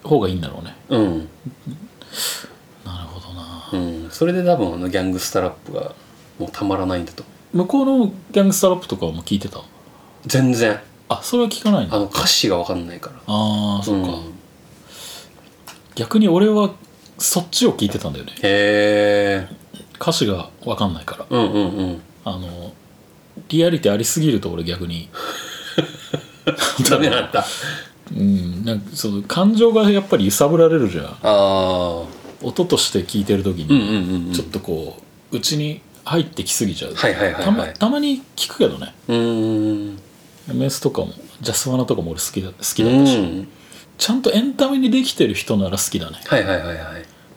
Speaker 2: 方がいいんだろうね
Speaker 1: ううん
Speaker 2: なるほどな
Speaker 1: うんそれで多分あのギャングスタラップがもうたまらないんだと
Speaker 2: 向こうのギャングスタラップとかも聞いてた
Speaker 1: 全然
Speaker 2: あそれは聞かない
Speaker 1: あ
Speaker 2: の
Speaker 1: の歌詞が分かんないから
Speaker 2: ああそっか、
Speaker 1: うん
Speaker 2: 逆に俺はそっちを聞いてたんだよね
Speaker 1: へえ
Speaker 2: 歌詞が分かんないから
Speaker 1: うんうんうん
Speaker 2: あのリアリティありすぎると俺逆に
Speaker 1: ダメなんだ
Speaker 2: うんなんかその感情がやっぱり揺さぶられるじゃん
Speaker 1: ああ
Speaker 2: 音として聞いてる
Speaker 1: う
Speaker 2: 時
Speaker 1: んう
Speaker 2: に、
Speaker 1: んうんうん
Speaker 2: ちょっとこううちに入ってきすぎちゃう、
Speaker 1: はいはいはい
Speaker 2: たま
Speaker 1: はい
Speaker 2: たまに聞くけどね
Speaker 1: うーん
Speaker 2: メンスとかもジャスワナとかも俺好きだ好き
Speaker 1: う
Speaker 2: だったし、
Speaker 1: ん
Speaker 2: ちゃんとエンタメにできてる人なら好きだね
Speaker 1: はいはいはいはい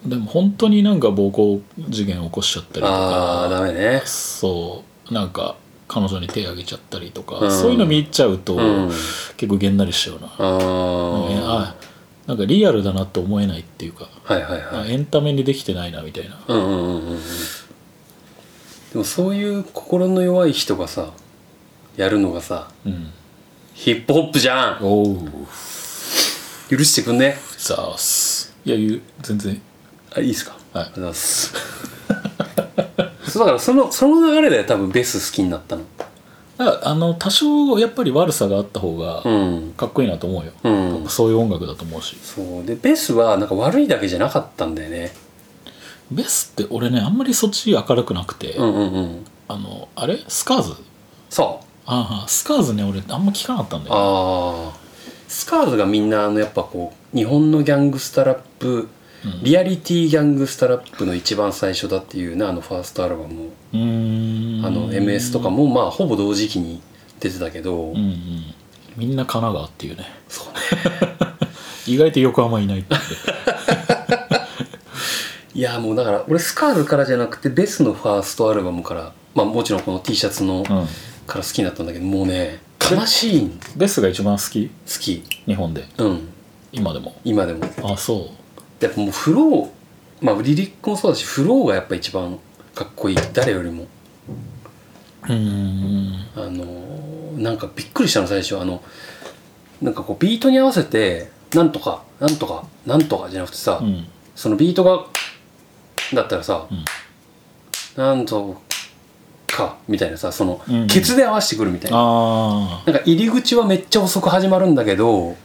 Speaker 2: でも本当になんか暴行事件起こしちゃったりと
Speaker 1: ああ
Speaker 2: か
Speaker 1: ダメね
Speaker 2: そうなんか彼女に手あげちゃったりとか、
Speaker 1: うん
Speaker 2: そういうの見ちゃうと、
Speaker 1: うん
Speaker 2: 結構げんなりしちゃうな、
Speaker 1: あー
Speaker 2: ねあなんかリアルだなって思えないっていうか、
Speaker 1: はいはいはい
Speaker 2: あエンタメにできてないなみたいな
Speaker 1: うんうんうんうんうんでもそういう心の弱い人がさやるのがさ
Speaker 2: うん
Speaker 1: ヒップホップじゃん
Speaker 2: おう
Speaker 1: 許してくんね
Speaker 2: ザースいや言う全然
Speaker 1: あいいですか
Speaker 2: は
Speaker 1: あり
Speaker 2: い
Speaker 1: がとうございます そうだからそのその流れで多分ベス好きになったの
Speaker 2: だからあの多少やっぱり悪さがあった方が
Speaker 1: うん
Speaker 2: かっこいいなと思うよ、
Speaker 1: うん
Speaker 2: そういう音楽だと思うし
Speaker 1: そうでベスはなんか悪いだけじゃなかったんだよね
Speaker 2: ベスって俺ねあんまりそっち明るくなくて、
Speaker 1: うんうんうん
Speaker 2: あのあれスカーズ
Speaker 1: そう
Speaker 2: ああスカーズね俺あんま聞かなかったんだよ
Speaker 1: ああスカーズがみんなあのやっぱこう日本のギャングスタラップリアリティギャングスタラップの一番最初だっていうねあのファーストアルバムも
Speaker 2: うーん
Speaker 1: あの MS とかもまあほぼ同時期に出てたけど、
Speaker 2: うんうんみんな神奈川っていうね
Speaker 1: そうね
Speaker 2: 意外と横浜いな いっていう
Speaker 1: いやもうだから俺スカーズからじゃなくてベスのファーストアルバムからまあもちろんこの T シャツの
Speaker 2: うん
Speaker 1: から好きになったんだけどもうね悲しいん好
Speaker 2: ベスが一番好き
Speaker 1: き
Speaker 2: 日本で
Speaker 1: うん
Speaker 2: 今でも
Speaker 1: 今でも
Speaker 2: あそ
Speaker 1: やっぱもうフローまあリリックもそうだしフローがやっぱ一番かっこいい誰よりも
Speaker 2: ううーん
Speaker 1: あのーなんかびっくりしたの最初あのなんかこうビートに合わせてなんとかなんとかなんとかじゃなくてさ、
Speaker 2: うん
Speaker 1: そのビートがだったらさ、
Speaker 2: うん
Speaker 1: なんとかみたいなさその、
Speaker 2: うんうん
Speaker 1: ケツで合わせてくるみたいな
Speaker 2: あ
Speaker 1: なんか入り口はめっちゃ遅く始まるんだけど、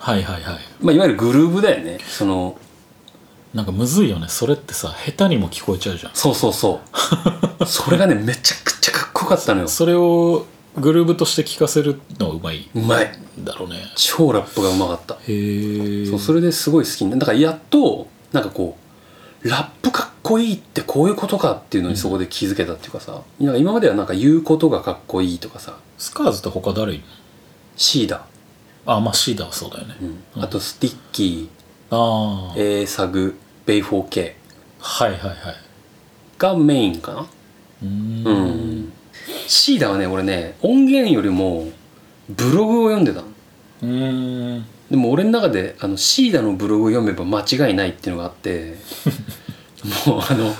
Speaker 2: あはいはいはい
Speaker 1: まあ、いわゆるグルーブだよねその
Speaker 2: なんかむずいよねそれってさ下手にも聞こえちゃうじゃん
Speaker 1: そうそうそう それがねめちゃくちゃかっこよかったのよ
Speaker 2: それをグルーブとして聞かせるのはうまいう
Speaker 1: まい
Speaker 2: んだろうね
Speaker 1: 超ラップがうまかった
Speaker 2: へえ
Speaker 1: そうそれですごい好きになだからやっとなんかこうラップかっこいいってこういうことかっていうのにそこで気づけたっていうかさ、なんか今まではなんか言うことがかっこいいとかさ
Speaker 2: スカーズって他誰いるの
Speaker 1: シーダ、
Speaker 2: あまあシーダはそうだよね、
Speaker 1: うんあとスティッキ
Speaker 2: ああ
Speaker 1: ー、エーサグベイ 4K
Speaker 2: はいはいはい
Speaker 1: がメインかな
Speaker 2: うーん
Speaker 1: うん、シーダはね俺ね音源よりもブログを読んでたの
Speaker 2: うーん
Speaker 1: でも俺の中であのシーダのブログを読めば間違いないっていうのがあって もうあの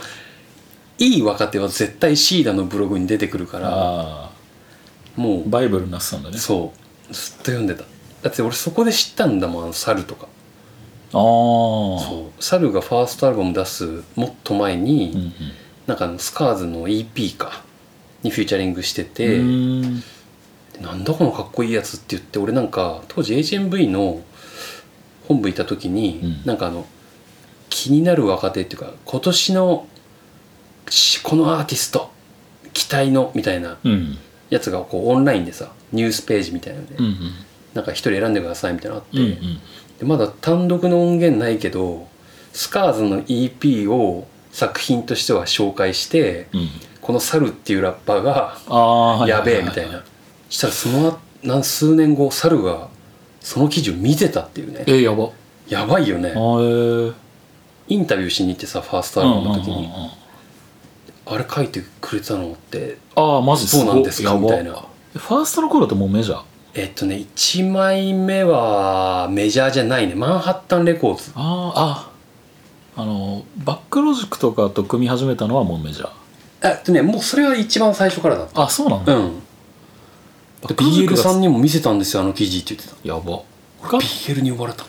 Speaker 1: いい若手は絶対シーダのブログに出てくるから
Speaker 2: あ
Speaker 1: も
Speaker 2: あバイブルになってたんだね
Speaker 1: うそうずっと読んでただって俺そこで知ったんだもんあの猿とか
Speaker 2: ああ
Speaker 1: そう猿がファーストアルバム出すもっと前に、
Speaker 2: うんうん
Speaker 1: なんかあのスカーズの EP かにフューチャリングして
Speaker 2: う
Speaker 1: て、
Speaker 2: ーん
Speaker 1: なんだこのかっこいいやつって言って俺なんか当時 HMV の本部いた時に、
Speaker 2: うん
Speaker 1: なんかあの気になる若手っていうか今年のしこのアーティスト期待のみたいな
Speaker 2: うん
Speaker 1: やつがこうオンラインでさニュースページみたいなので、
Speaker 2: うん
Speaker 1: なんか一人選んでくださいみたいなのあって、
Speaker 2: うんうん
Speaker 1: でまだ単独の音源ないけどスカーズの EP を作品としては紹介して
Speaker 2: うん
Speaker 1: この猿っていうラッパーが
Speaker 2: ああはい
Speaker 1: や
Speaker 2: はは
Speaker 1: べえ
Speaker 2: は
Speaker 1: みたいなしたらその何数年後猿がその記事を見てたっていうね
Speaker 2: えやば
Speaker 1: やばいよね
Speaker 2: あーえー
Speaker 1: インタビューしに行ってさファーストアルバムの時
Speaker 2: うんうんう
Speaker 1: に
Speaker 2: んうん
Speaker 1: あれ書いてくれてたのって
Speaker 2: ああマジ
Speaker 1: そうなんです
Speaker 2: ご
Speaker 1: か
Speaker 2: やば
Speaker 1: みたいな
Speaker 2: ファーストの頃ってもうメジャー
Speaker 1: えっとね1枚目はメジャーじゃないねマンハッタンレコーズ
Speaker 2: あーああのバックロジックとかと組み始めたのはもうメジャー
Speaker 1: えっとねもうそれは一番最初からだっ
Speaker 2: あそうなん
Speaker 1: た
Speaker 2: だ、
Speaker 1: うん
Speaker 2: バックロジック
Speaker 1: BL
Speaker 2: が
Speaker 1: さんにも見せたんですよあの記事って言ってた
Speaker 2: やばが
Speaker 1: BL に呼ばれたの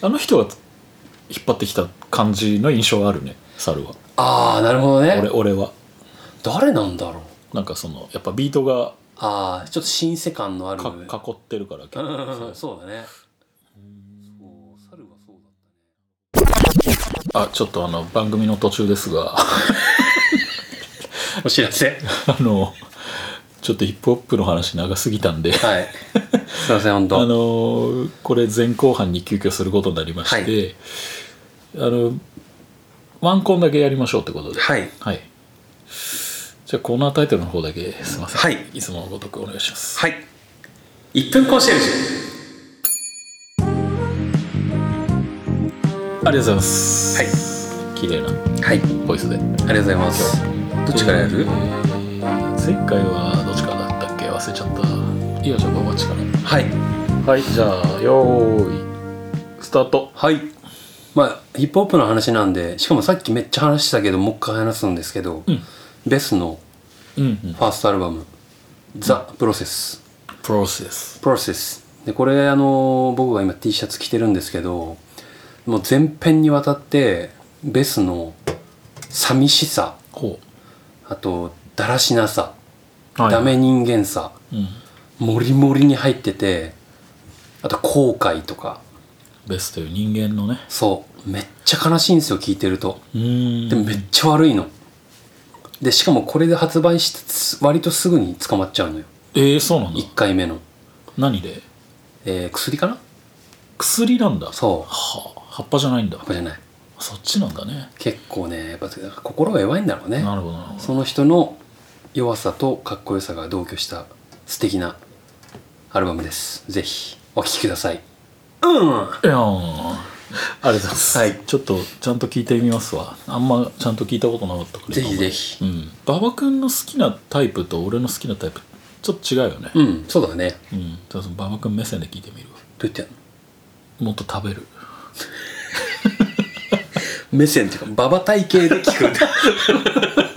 Speaker 2: あの人が引っ張ってきた感じの印象があるね猿は
Speaker 1: ああなるほど
Speaker 2: 俺
Speaker 1: ね
Speaker 2: 俺は
Speaker 1: 誰なんだろう
Speaker 2: なんかそのやっぱビートが
Speaker 1: ああちょっと新世感のある
Speaker 2: か囲ってるから結
Speaker 1: うんうん
Speaker 2: 構
Speaker 1: うんそうだねそう猿はそうだったね
Speaker 2: あちょっとあの番組の途中ですが あ
Speaker 1: お知らせ
Speaker 2: のちょっとヒップホップの話長すぎた んで
Speaker 1: はいすいません本当
Speaker 2: あのーこれ前後半に急遽することになりまして、あのワンコンだけやりましょうってことでは
Speaker 1: はい
Speaker 2: い、じゃあコーナータイトルの方だけすいません、
Speaker 1: はい
Speaker 2: いつものごとくお願いします、
Speaker 1: はい1分コンシェルジュ
Speaker 2: ありがとうございます
Speaker 1: はい
Speaker 2: 綺麗な
Speaker 1: はいあり
Speaker 2: ボイスで
Speaker 1: がとうございますどっちからやる、
Speaker 2: えー前回はどっちからだったっけ忘れちゃったいいよじゃあババッチから
Speaker 1: はい
Speaker 2: はいじゃあよーいスタート
Speaker 1: はいまあヒップホップの話なんでしかもさっきめっちゃ話したけどもう一回話すんですけど、
Speaker 2: うん
Speaker 1: ベスの
Speaker 2: うんうん
Speaker 1: ファーストアルバム「ザ・プロセス」
Speaker 2: プロセス
Speaker 1: プロセスでこれあの僕が今 T シャツ着てるんですけどもう全編にわたってベスの寂しさ
Speaker 2: ほ
Speaker 1: あとだらしなさ、
Speaker 2: う、はい
Speaker 1: ダメ人間さ
Speaker 2: うん
Speaker 1: モリモリに入っててあと後悔とか
Speaker 2: ベスという人間のね
Speaker 1: そうめっちゃ悲しいんですよ聞いてると
Speaker 2: うーん
Speaker 1: でもめっちゃ悪いのでしかもこれで発売してす割とすぐに捕まっちゃうのよ
Speaker 2: えー、そうなんだ
Speaker 1: 1回目の、
Speaker 2: 何で
Speaker 1: えー薬かな
Speaker 2: 薬なんだ
Speaker 1: そう
Speaker 2: はあ葉っぱじゃないんだ
Speaker 1: これじゃない
Speaker 2: そっちなんだね
Speaker 1: 結構ねやっぱ心が弱いんだろうね
Speaker 2: なるほどなるほど
Speaker 1: その人の弱さとかっこよさが同居した素敵なアルバムです。ぜひお聴きください。うん。はい
Speaker 2: やーありがとうございます、
Speaker 1: はい
Speaker 2: ちょっとちゃんと聞いてみますわあんまちゃんと聞いたことなかったから
Speaker 1: ぜひぜ
Speaker 2: ひ
Speaker 1: ひ。
Speaker 2: うん馬場君の好きなタイプと俺の好きなタイプちょっと違うよね
Speaker 1: うん、そうだね。
Speaker 2: うん、じゃあその馬場君目線で聞いてみるわ
Speaker 1: どうやってやる
Speaker 2: もっと食べる
Speaker 1: の目線っていうか、ババ体型で聞く。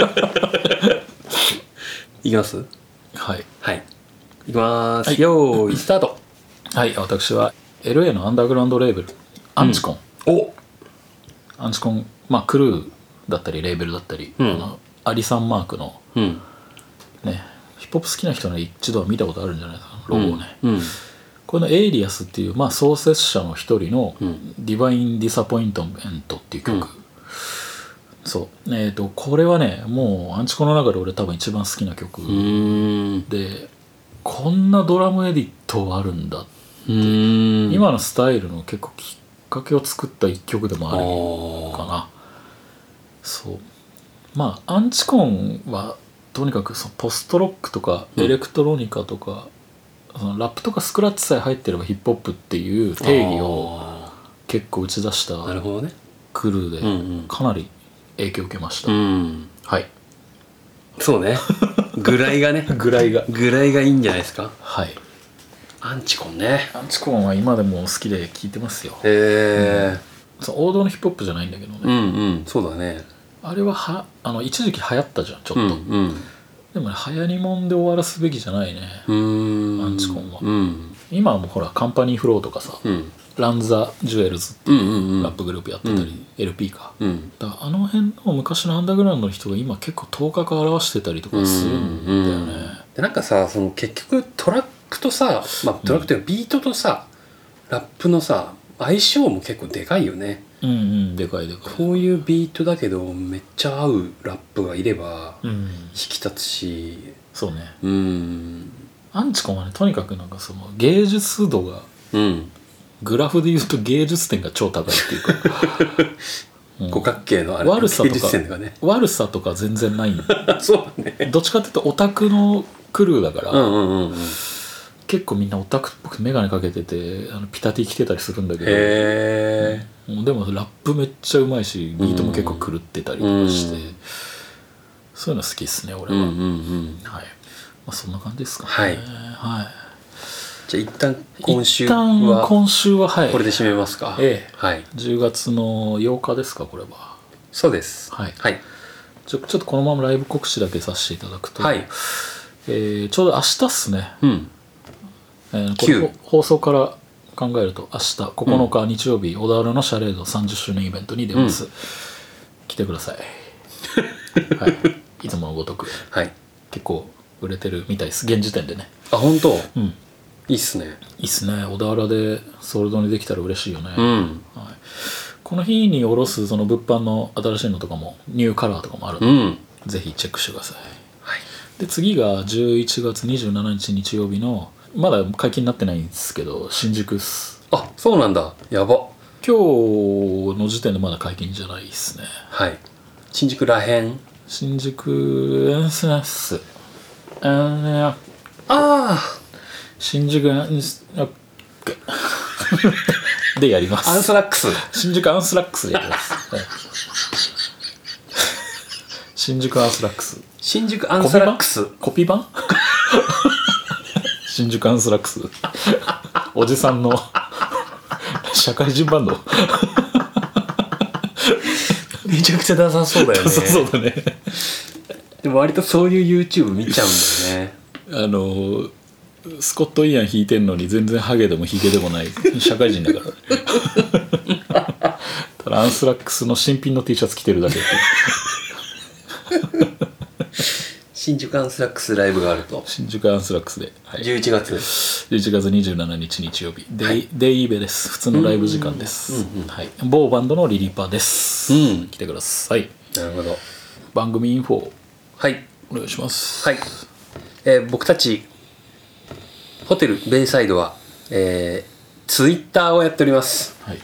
Speaker 1: いきます
Speaker 2: はい
Speaker 1: はい。いきまーす。
Speaker 2: はい
Speaker 1: よーい、スタート。
Speaker 2: はい私は LA のアンダーグラウンドレーベルアンチコン、
Speaker 1: お
Speaker 2: アンチコンまあクルーだったりレーベルだったり、
Speaker 1: うん
Speaker 2: あのアリさんマークの
Speaker 1: うん。
Speaker 2: ねヒップホップ好きな人の一度は見たことあるんじゃないかなロゴをね、
Speaker 1: うん。
Speaker 2: この「エイリアス」っていう、まあ、創設者の一人の
Speaker 1: うん
Speaker 2: 「ディバイン・ディサポイントメント」っていう曲、
Speaker 1: うん
Speaker 2: そうえっ、とこれはねもうアンチコの中で俺多分一番好きな曲
Speaker 1: うーん。
Speaker 2: でこんなドラムエディットあるんだ、
Speaker 1: うーん。
Speaker 2: 今のスタイルの結構きっかけを作った一曲でも
Speaker 1: あ
Speaker 2: あるか
Speaker 1: ー
Speaker 2: なそうまあアンチコンはとにかくそのポストロックとか
Speaker 1: うん
Speaker 2: エレクトロニカとか、そのラップとかスクラッチさえ入ってればヒップホップっていう定義を
Speaker 1: あ
Speaker 2: 結構打ち出し
Speaker 1: ーなる
Speaker 2: た
Speaker 1: ほどね。
Speaker 2: クルー
Speaker 1: うん
Speaker 2: で
Speaker 1: うん。
Speaker 2: かなり影響を受けました、
Speaker 1: うん。
Speaker 2: はい
Speaker 1: そう ね。ぐらいがね。
Speaker 2: ぐらいが
Speaker 1: ぐらいがいいんじゃないですか。
Speaker 2: はい
Speaker 1: アンチコンね。
Speaker 2: アンチコンは今でも好きで聴いてますよ
Speaker 1: へえ。
Speaker 2: そう王道のヒップホップじゃないんだけどね、
Speaker 1: うんうん、そうだね。
Speaker 2: あれははあの一時期流行ったじゃんちょっ
Speaker 1: う
Speaker 2: と、
Speaker 1: んうん。
Speaker 2: でもね流行りもんで終わらすべきじゃないね
Speaker 1: うーん。
Speaker 2: アンチコンは
Speaker 1: うん。
Speaker 2: 今はもうほらカンパニーフローとかさ、
Speaker 1: うん。
Speaker 2: ランザ・ジュエルズ
Speaker 1: うんうんうん。
Speaker 2: ラップグループやってたり、
Speaker 1: うん
Speaker 2: LP か
Speaker 1: うん。
Speaker 2: だからあの辺の昔のアンダーグラウンドの人が今結構頭角表してたりと
Speaker 1: うん
Speaker 2: かするんだよね、
Speaker 1: でなんかさその結局トラックとさ、まあ、トラックというかビートとさ、ラップのさ相性も結構でかいよね
Speaker 2: うんうんでかいでかい
Speaker 1: こういうビートだけどめっちゃ合うラップがいれば
Speaker 2: うん
Speaker 1: 引き立つし
Speaker 2: そうね
Speaker 1: うん
Speaker 2: アンチコンはねとにかくなんかその芸術度が
Speaker 1: うん
Speaker 2: グラフで言うと芸術点が超高いっていうか、 うん
Speaker 1: 五角形のあれ
Speaker 2: 悪さとか
Speaker 1: 芸術点がね
Speaker 2: 悪さとか全然ないんだ
Speaker 1: そうだね
Speaker 2: どっちかっていうとオタクのクルーだから、
Speaker 1: うんうんうんうんへ
Speaker 2: 結構みんなオタクっぽく眼鏡かけててあのピタティ着てたりするんだけど
Speaker 1: え
Speaker 2: もうでもラップめっちゃうまいしビートも結構狂ってたりとかして、
Speaker 1: うん
Speaker 2: そういうの好きですね俺
Speaker 1: う
Speaker 2: は、
Speaker 1: んう
Speaker 2: はい、
Speaker 1: んうん
Speaker 2: まあ、そんな感じですかね
Speaker 1: はい
Speaker 2: は
Speaker 1: じゃあ一旦
Speaker 2: い
Speaker 1: 今週
Speaker 2: 一旦
Speaker 1: は
Speaker 2: 今週ははい
Speaker 1: これで締めますか
Speaker 2: ええ
Speaker 1: はい
Speaker 2: 10月の8日ですかこれは
Speaker 1: そうです
Speaker 2: はい
Speaker 1: はい
Speaker 2: ちょちょっとこのままライブ告知だけさせていただくと、
Speaker 1: はい
Speaker 2: えーちょうど明日っすね、
Speaker 1: うん
Speaker 2: えー
Speaker 1: 九
Speaker 2: これ放送から考えると明日9日日曜日、小田原のシャレード30周年イベントに出ます、来てください、 はい、いつものごとく
Speaker 1: はい
Speaker 2: 結構売れてるみたいです現時点でね
Speaker 1: あ本当
Speaker 2: うん
Speaker 1: い
Speaker 2: い
Speaker 1: いっすね
Speaker 2: いっすね小田原でソールドにできたら嬉しいよね、
Speaker 1: うん
Speaker 2: はい、この日におろすその物販の新しいのとかもニューカラーとかもあるの
Speaker 1: う
Speaker 2: で、
Speaker 1: ん
Speaker 2: ぜひチェックしてください
Speaker 1: はい
Speaker 2: で次が11月27日日曜日のまだ解禁になってないんですけど新宿っす
Speaker 1: あそうなんだやば
Speaker 2: 今日の時点でまだ解禁じゃないですね
Speaker 1: はい新宿らへん
Speaker 2: 新宿エンスナスあー
Speaker 1: あ
Speaker 2: 新宿アンスラックでやりま
Speaker 1: あアン
Speaker 2: す
Speaker 1: スラックス
Speaker 2: 新宿アンスラックスでや ります、はい新宿アンスラックス
Speaker 1: 新宿アンスラックス
Speaker 2: コピー版新宿アンスラックスおじさんの社会人バンド、
Speaker 1: めちゃくちゃダサそうだよね
Speaker 2: そうそうだね
Speaker 1: でも割とそういう YouTube 見ちゃうんだよね
Speaker 2: あのスコット・イアン弾いてんのに全然ハゲでもヒゲでもない社会人だからね ただアンスラックスの新品の T シャツ着てるだけっていう
Speaker 1: 新宿アンスラックスライブがあると
Speaker 2: 新宿アンスラックスで、はい、
Speaker 1: 11月
Speaker 2: 11月27日日曜日デイ,、デイイベです普通のライブ時間です、はい、某バンドのリリーパーです、
Speaker 1: うん
Speaker 2: 来てください
Speaker 1: なるほど
Speaker 2: 番組インフォ
Speaker 1: はい
Speaker 2: お願いします
Speaker 1: はい、えー僕たちホテルベイサイドは、えー、ツイッターをやっております
Speaker 2: はい、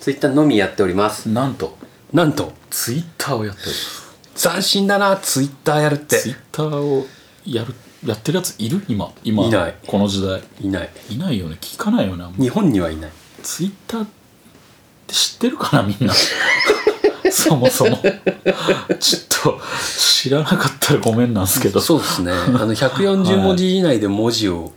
Speaker 1: ツイッターのみやっております
Speaker 2: なんと
Speaker 1: なんと
Speaker 2: ツイッターをやっております
Speaker 1: 斬新だなツイッターやるって
Speaker 2: ツイッターをやるやってるやついる今今
Speaker 1: いない
Speaker 2: この時代
Speaker 1: いない
Speaker 2: いないよね聞かないよねあんま
Speaker 1: 日本にはいない
Speaker 2: ツイッターって知ってるかなみんな そもそもちょっと知らなかったらごめんなんですけど
Speaker 1: そうですねあの140文 字以内で文字を、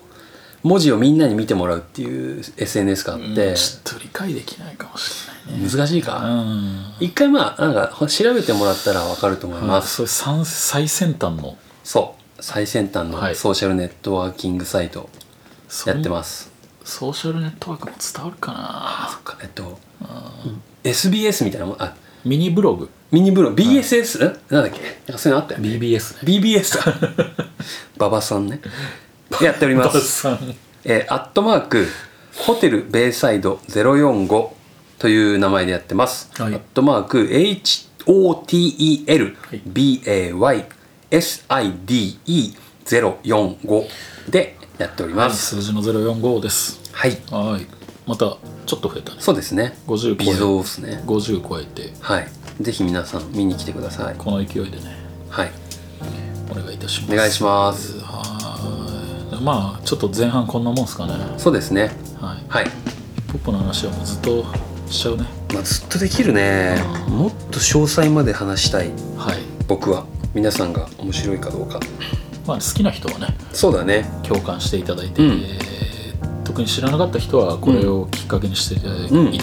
Speaker 1: 文字をみんなに見てもらうっていう SNS があっ
Speaker 2: うん
Speaker 1: て、
Speaker 2: ちょっと理解できないかもしれないね
Speaker 1: 難しいか、
Speaker 2: うん
Speaker 1: 一回まあなんか調べてもらったらわかると思い
Speaker 2: ま
Speaker 1: ま
Speaker 2: あ
Speaker 1: す、
Speaker 2: それ最最先端の
Speaker 1: そう最先端
Speaker 2: は
Speaker 1: の
Speaker 2: い
Speaker 1: ソーシャルネットワーキングサイト
Speaker 2: そ
Speaker 1: や
Speaker 2: の
Speaker 1: ってます、
Speaker 2: ソーシャルネットワークも伝わるかな
Speaker 1: かえっと SBS みたいなもんあ
Speaker 2: ミニブログ
Speaker 1: ミニブロ BSS、んなんだっけあそういうのあったよね
Speaker 2: BBS ね
Speaker 1: BBS 馬場さんねやっており
Speaker 2: バ
Speaker 1: ま
Speaker 2: ッ
Speaker 1: す
Speaker 2: サン
Speaker 1: えーアットマークホテルベイサイド045という名前でやってます、
Speaker 2: はい
Speaker 1: アットマーク HOTELBAYSIDE045 でやっております
Speaker 2: 数字の045です
Speaker 1: はい
Speaker 2: はいまたちょっと増えたね
Speaker 1: そうですね
Speaker 2: 50
Speaker 1: 微
Speaker 2: 超
Speaker 1: 増ですね
Speaker 2: え50超えて
Speaker 1: はいぜひ皆さん見に来てください
Speaker 2: この勢いでね
Speaker 1: はい
Speaker 2: お願いいたします
Speaker 1: お願いします
Speaker 2: はいまあちょっと前半こんなもんですかね
Speaker 1: そうですね
Speaker 2: はい
Speaker 1: はい、
Speaker 2: ポップの話はもうずっとしちゃうね
Speaker 1: まあ、ずっとできるねもっと詳細まで話したい
Speaker 2: はい
Speaker 1: 僕は皆さんが面白いかどうか
Speaker 2: まあ好きな人はね
Speaker 1: そうだね
Speaker 2: 共感していただいて、
Speaker 1: うん
Speaker 2: 特に知らなかった人はこれをきっかけにしていただいて,、
Speaker 1: うん
Speaker 2: っ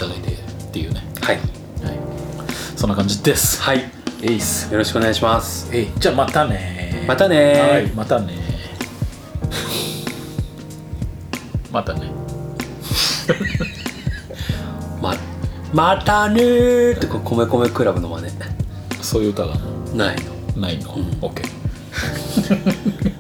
Speaker 2: ていうね、
Speaker 1: はい
Speaker 2: はい、そんな感じです
Speaker 1: はい
Speaker 2: えいっす
Speaker 1: よろしくお願いします
Speaker 2: えいじゃあまたね
Speaker 1: またね
Speaker 2: はいまたねまたね
Speaker 1: ままたねーってこう米米クラブの真似
Speaker 2: そういう歌が
Speaker 1: ないの
Speaker 2: ないの、オッケー